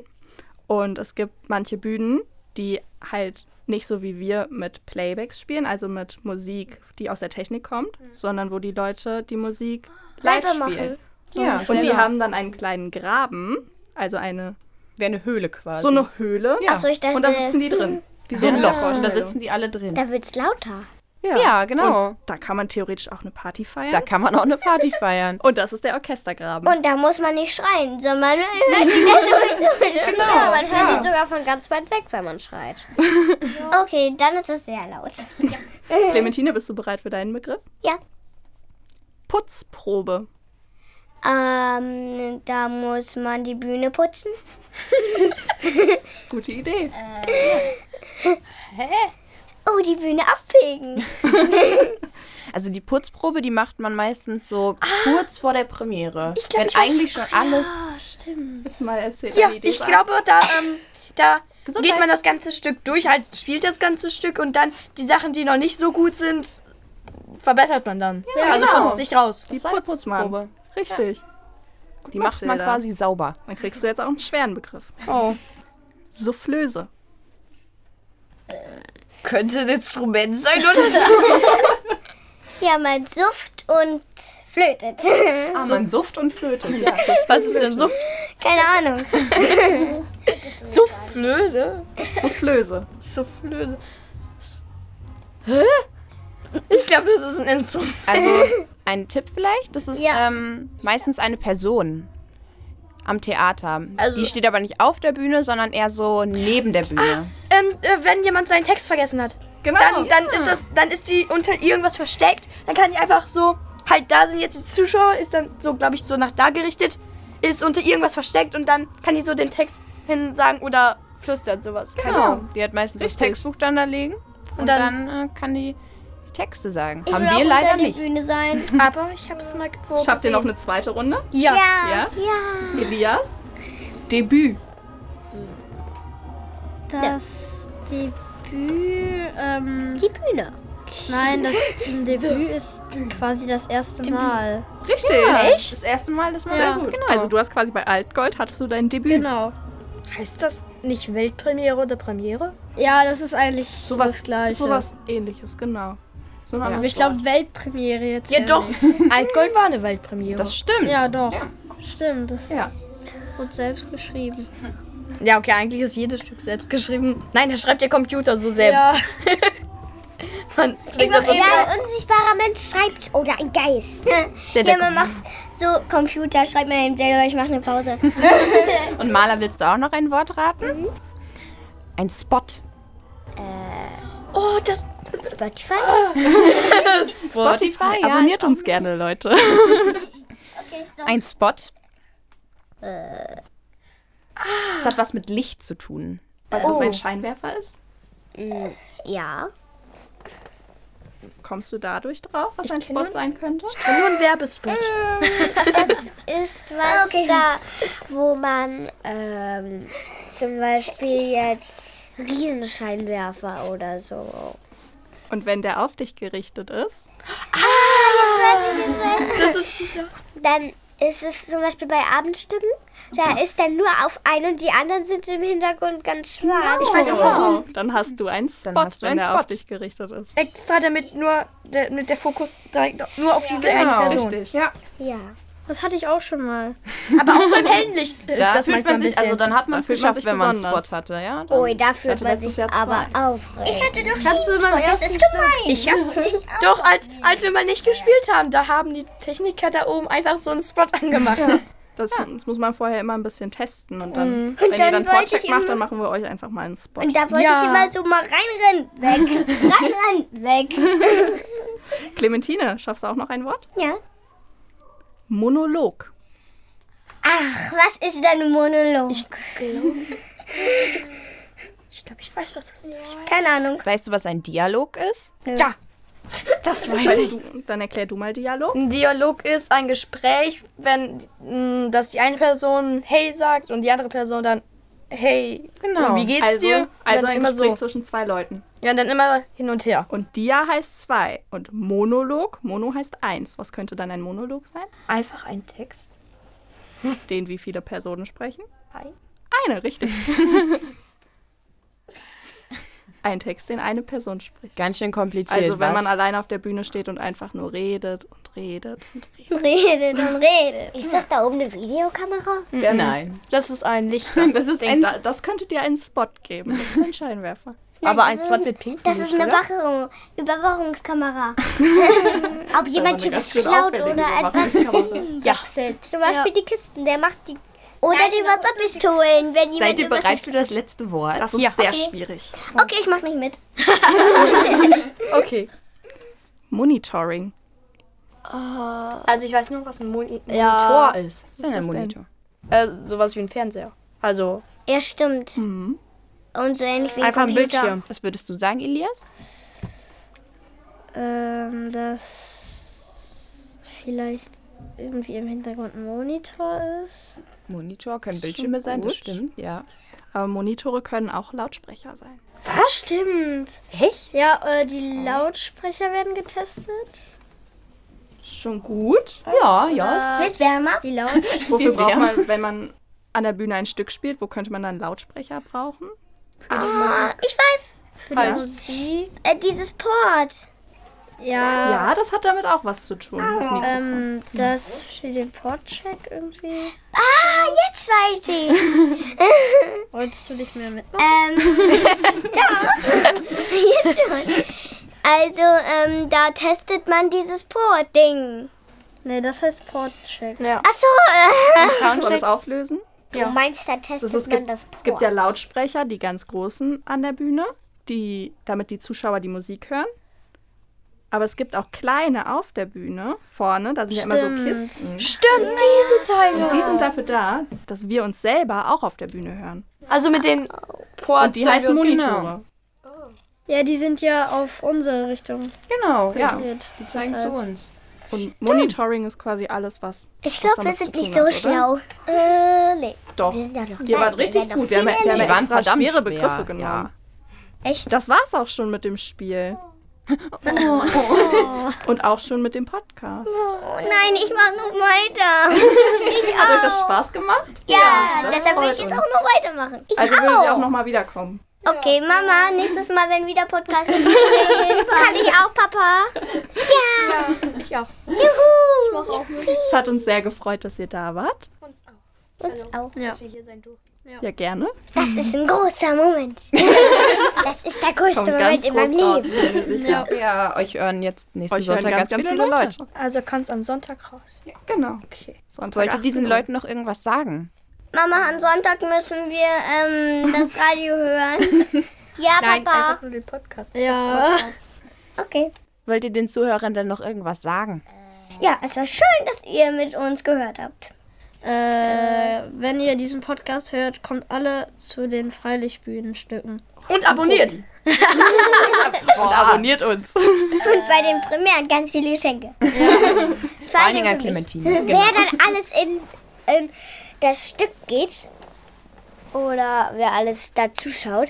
Und es gibt manche Bühnen, die halt nicht so wie wir mit Playbacks spielen, also mit Musik, die aus der Technik kommt, sondern wo die Leute die Musik live Selber machen. spielen. Ja, Und die selber. haben dann einen kleinen Graben, also eine Wie eine Höhle quasi. so eine Höhle. Ja. Achso, ich dachte, Und da sitzen die drin. wie so ein Ja. Loch. Und da sitzen die alle drin. da wird's lauter. Ja, genau. Und da kann man theoretisch auch eine Party feiern. Da kann man auch eine Party feiern. und das ist der Orchestergraben. Und da muss man nicht schreien, sondern man hört [laughs] die ganze Zeit Genau, schon. Ja, man hört die sogar von ganz weit weg, wenn [laughs] man schreit. Okay, dann ist es sehr laut. Clementine, bist du bereit für deinen Begriff? Ja. Putzprobe. Ähm, da muss man die Bühne putzen. Gute Idee. Oh, die Bühne abfegen. [laughs] Also die Putzprobe, die macht man meistens so kurz vor der Premiere. wenn eigentlich schon Ah, alles. Jetzt mal erzählt, Ja, wie die Idee ich war. glaube, da, ähm, da Gesundheit. geht man das ganze Stück durch, halt spielt das ganze Stück und dann die Sachen, die noch nicht so gut sind, verbessert man dann. also genau. kommt es nicht raus. die Das war eine putzt man. Putzprobe. Richtig. Die macht man Mathilda. quasi sauber. Dann kriegst du jetzt auch einen schweren Begriff. Oh. Soufflöse. Könnte ein Instrument sein oder so. Ja, man suft und flötet. [laughs] Ah, man suft und flötet. Ja. Was ist denn so Keine Ahnung. Soufflöde? Soufflöse. Soufflöse. Hä? Ich glaube, das ist ein Instrument. Also ein Tipp vielleicht, das ist Ja. ähm, meistens eine Person am Theater. Also- die steht aber nicht auf der Bühne, sondern eher so neben der Bühne. Ähm, äh, wenn jemand seinen Text vergessen hat, Genau. dann, dann ist das, dann ist die unter irgendwas versteckt. Dann kann die einfach so, halt da sind jetzt die Zuschauer, ist dann so, glaube ich, so nach da gerichtet, ist unter irgendwas versteckt und dann kann die so den Text hin sagen oder flüstert sowas. Keine Ahnung. Die hat meistens Richtig. das Textbuch dann da liegen und, genau. dann- dann, äh, kann die Texte sagen. Ich Haben will auch wir unter leider der nicht. Bühne sein. [laughs] Aber ich habe es mal vorgesehen. Schafft ihr noch eine zweite Runde? Ja. Ja. Ja? Elias? Debüt. Das Debüt. Ähm, Die Bühne. nein, [laughs] das Debüt ist quasi das erste Mal. Richtig. Echt? Das erste Mal, dass man genau. Sehr gut. Also du hast quasi bei Altgold hattest du dein Debüt. Genau. Heißt das nicht Weltpremiere oder Premiere? Ja, das ist eigentlich das Gleiche. Sowas ähnliches, genau. So ein Aber anderes ich glaube, Weltpremiere jetzt. Ähm, eher [laughs] nicht. Altgold war eine Weltpremiere. Das stimmt. Ja, doch. Stimmt, das Ja. wurde selbst geschrieben. ja, okay, eigentlich ist jedes Stück selbst geschrieben. Nein, das schreibt der Computer so selbst. Ja. [laughs] Man Ich bringt mach, das sonst ja, ein unsichtbarer Mensch schreibt. Oder ein Geist. [laughs] ja, man macht so Computer, schreibt man eben selber, ich mache [laughs] eine Pause. Und Maler, willst du auch noch ein Wort raten? Ein Spot. Oh, das. Spotify? Spotify, ja, Abonniert ist auch uns gerne, Leute. Okay, so. Ein Spot. Das hat was mit Licht zu tun. Was oh. ein Scheinwerfer ist? Ja. Kommst du dadurch drauf, was ein Spot sein könnte? Nur ein Werbespot. Ist was da, wo man ähm, zum Beispiel jetzt Riesenscheinwerfer oder so. Und wenn der auf dich gerichtet ist? Dann ist es zum Beispiel bei Abendstücken, da ist dann nur auf einen und die anderen sind im Hintergrund ganz schwarz. Weiß auch warum. Dann hast du einen Spot, Dann hast du wenn einen der Spot. auf dich gerichtet ist. Extra, damit nur der, mit der Fokus direkt auf- nur auf diese eine Person. Richtig. Ja, Ja. Das hatte ich auch schon mal. Aber auch [laughs] beim Hellenlicht hilft da das fühlt manchmal man ein sich, bisschen. also dann hat man Da es fühlt man geschafft, sich wenn man einen Spot besonders. hatte, ja. Dann. Oh, da fühlt hatte man letztes sich Jahr aber aufregend. Ich hatte doch nie beim Das ersten ist gemein. Ich hab, doch, als, als wir mal nicht gespielt haben, da haben die Techniker da oben einfach so einen Spot angemacht. Das, das muss man vorher immer ein bisschen testen. Und dann, wenn ihr dann dann wollte ich Vorcheck macht, immer- dann machen wir euch einfach mal einen Spot. Und da wollte Ja. ich immer so mal reinrennen. Weg. Reinrennen. Weg. Clementine, schaffst du auch noch ein Wort? Ja. Monolog. Ach, was ist denn ein Monolog? Ich glaube, ich weiß, was das ist. Keine Ahnung. Weißt du, was ein Dialog ist? Ja, das weiß ich. Du, dann erklär du mal Dialog. Ein Dialog ist ein Gespräch, wenn mh, dass die eine Person hey sagt und die andere Person dann hey. Genau. Und wie geht's Also, dir? Und also dann ein immer Gespräch so. zwischen zwei Leuten. Ja, und dann immer hin und her. Und Dia heißt zwei. Und Monolog, Mono heißt eins. Was könnte dann ein Monolog sein? Einfach ein Text. Den wie viele Personen sprechen? Ein. Eine, richtig. [laughs] ein Text, den eine Person spricht. Ganz schön kompliziert. Also wenn was? man allein auf der Bühne steht und einfach nur redet und redet und redet. Redet [laughs] und redet. Hm, Ist das da oben eine Videokamera? Nein. Das ist ein Licht. Das, ist ein- da, das könnte dir einen Spot geben. Das ist ein Scheinwerfer. [laughs] Aber das ein ist Spot ein- mit Pink. Das ist eine Wache, [laughs] Überwachungskamera. Ob jemand hier ganz was schön klaut auffällige oder etwas [laughs] hinwechselt. Zum Beispiel die Kisten, der macht die. Oder die Wasserpistolen, wenn jemand. Seid ihr übers- bereit für das letzte Wort? Das ist sehr Okay. schwierig. Okay, ich mach nicht mit. [laughs] Okay. Monitoring. Also ich weiß nur, was ein Moni Ja. Monitor ist. Was ist denn ein das denn? Monitor? Äh, sowas wie ein Fernseher. Also Ja, stimmt. Und so ähnlich wie Mhm. ein einfach ein Computer. Bildschirm. Was würdest du sagen, Elias? Ähm, das vielleicht irgendwie im Hintergrund ein Monitor ist. Monitor können Bildschirme sein, das gut. stimmt, ja. Aber Äh, Monitore können auch Lautsprecher sein. Was? Stimmt. Echt? Ja, äh, die Lautsprecher werden getestet. Schon gut. Ja, ja. Mit Wärmer? Die Lautsprecher. [laughs] Wofür braucht man, wenn man an der Bühne ein Stück spielt, wo könnte man dann Lautsprecher brauchen? Ah, ich weiß. Für Ah, ja. Also die Musik. Äh, dieses Port. Ja. Ja, das hat damit auch was zu tun. Das Äh, Mikro. Ähm, das für den Portcheck irgendwie. Ah, jetzt weiß [laughs] ich. Wolltest du dich mehr mit? [laughs] ähm, da. jetzt schon. Also, ähm, da testet man dieses Port-Ding. Nee, das heißt Portcheck. Achso, Soll das auflösen? äh. Du meinst, da Das testet ist, es, man gibt, das es gibt ja Lautsprecher, die ganz großen an der Bühne, die, damit die Zuschauer die Musik hören. Aber es gibt auch kleine auf der Bühne vorne, da sind ja immer so Kisten. Stimmt, diese Teile. Und die sind dafür da, dass wir uns selber auch auf der Bühne hören. Also mit den Ports. Und die heißen sollen wir uns- Monitore. Ja, die sind ja auf unsere Richtung. Genau, ja. orientiert. Die zeigen zu uns. Und Monitoring ist quasi alles, was. Ich Was glaube, wir damit sind zu tun nicht so hat, oder? schlau. Äh, nee. Doch. Wir sind ja noch Ihr klein, wart wir richtig werden noch gut. Wir haben, viel wir haben erleben. Die waren extra verdammt schwere schwer, Begriffe ja. genommen. Echt? Das war's auch schon mit dem Spiel. [laughs] Und auch schon mit dem Podcast. Oh nein, ich mach noch [laughs] weiter. ich Hat euch auch. das Spaß gemacht? Ja, das deshalb will freut ich jetzt uns. auch noch weitermachen. Ich Also auch. will sie auch nochmal wiederkommen. Okay, Mama, nächstes Mal, wenn wieder [laughs] Podcast ist, kann ich auch, Papa. Ja. Ich auch. Juhu. Es hat uns sehr gefreut, dass ihr da wart. Uns auch. Uns auch. Dass wir hier sein durften. Ja, gerne. Das ist ein großer [laughs] Moment. Das ist der größte Kommt Moment ganz in groß meinem raus. Leben. bin ich mir sicher. Ja. ja, euch hören jetzt nächsten Euch hören Sonntag ganz, ganz, viele Leute. Also kannst am Sonntag raus. Genau. Okay. Sonntag Wollt ihr 18 diesen Uhr. Leuten noch irgendwas sagen? Mama, am Sonntag müssen wir ähm, das Radio hören. [laughs] Ja, Nein, Papa. einfach nur den Podcast. Ja. Okay. Wollt ihr den Zuhörern dann noch irgendwas sagen? Ja, es war schön, dass ihr mit uns gehört habt. Äh, wenn ihr diesen Podcast hört, kommt alle zu den Freilichtbühnenstücken. Und abonniert. Und abonniert uns. Und bei den Premieren ganz viele Geschenke. [laughs] Vor allen Dingen an für mich. Clementine. Wer Genau. dann alles in, in das Stück geht oder wer alles dazu schaut,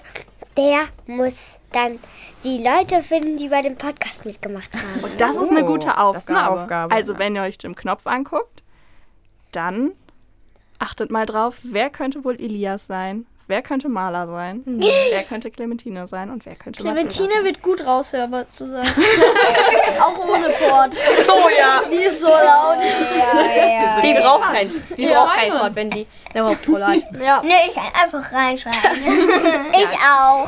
der muss dann die Leute finden, die bei dem Podcast mitgemacht haben. Das ist eine gute Aufgabe. Oh, das ist eine Aufgabe, Also ja. wenn ihr euch Jim Knopf anguckt, dann achtet mal drauf, wer könnte wohl Elias sein, wer könnte Maler sein, Hm. wer könnte Clementine sein und wer könnte Clementine Clementine wird gut raushörbar zu sein. Auch ohne [laughs] Chord. Oh ja. Die ist so laut. Die braucht kein, die braucht kein Wort, wenn die eine Hauptrolle hat. Nö, ich kann [laughs] einfach reinschreiben. ich auch.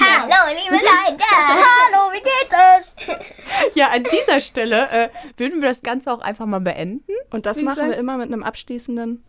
Hallo, liebe Leute. Hallo, wie geht es? [laughs] Ja, an dieser Stelle äh, würden wir das Ganze auch einfach mal beenden. Und das Wie machen gesagt- wir immer mit einem abschließenden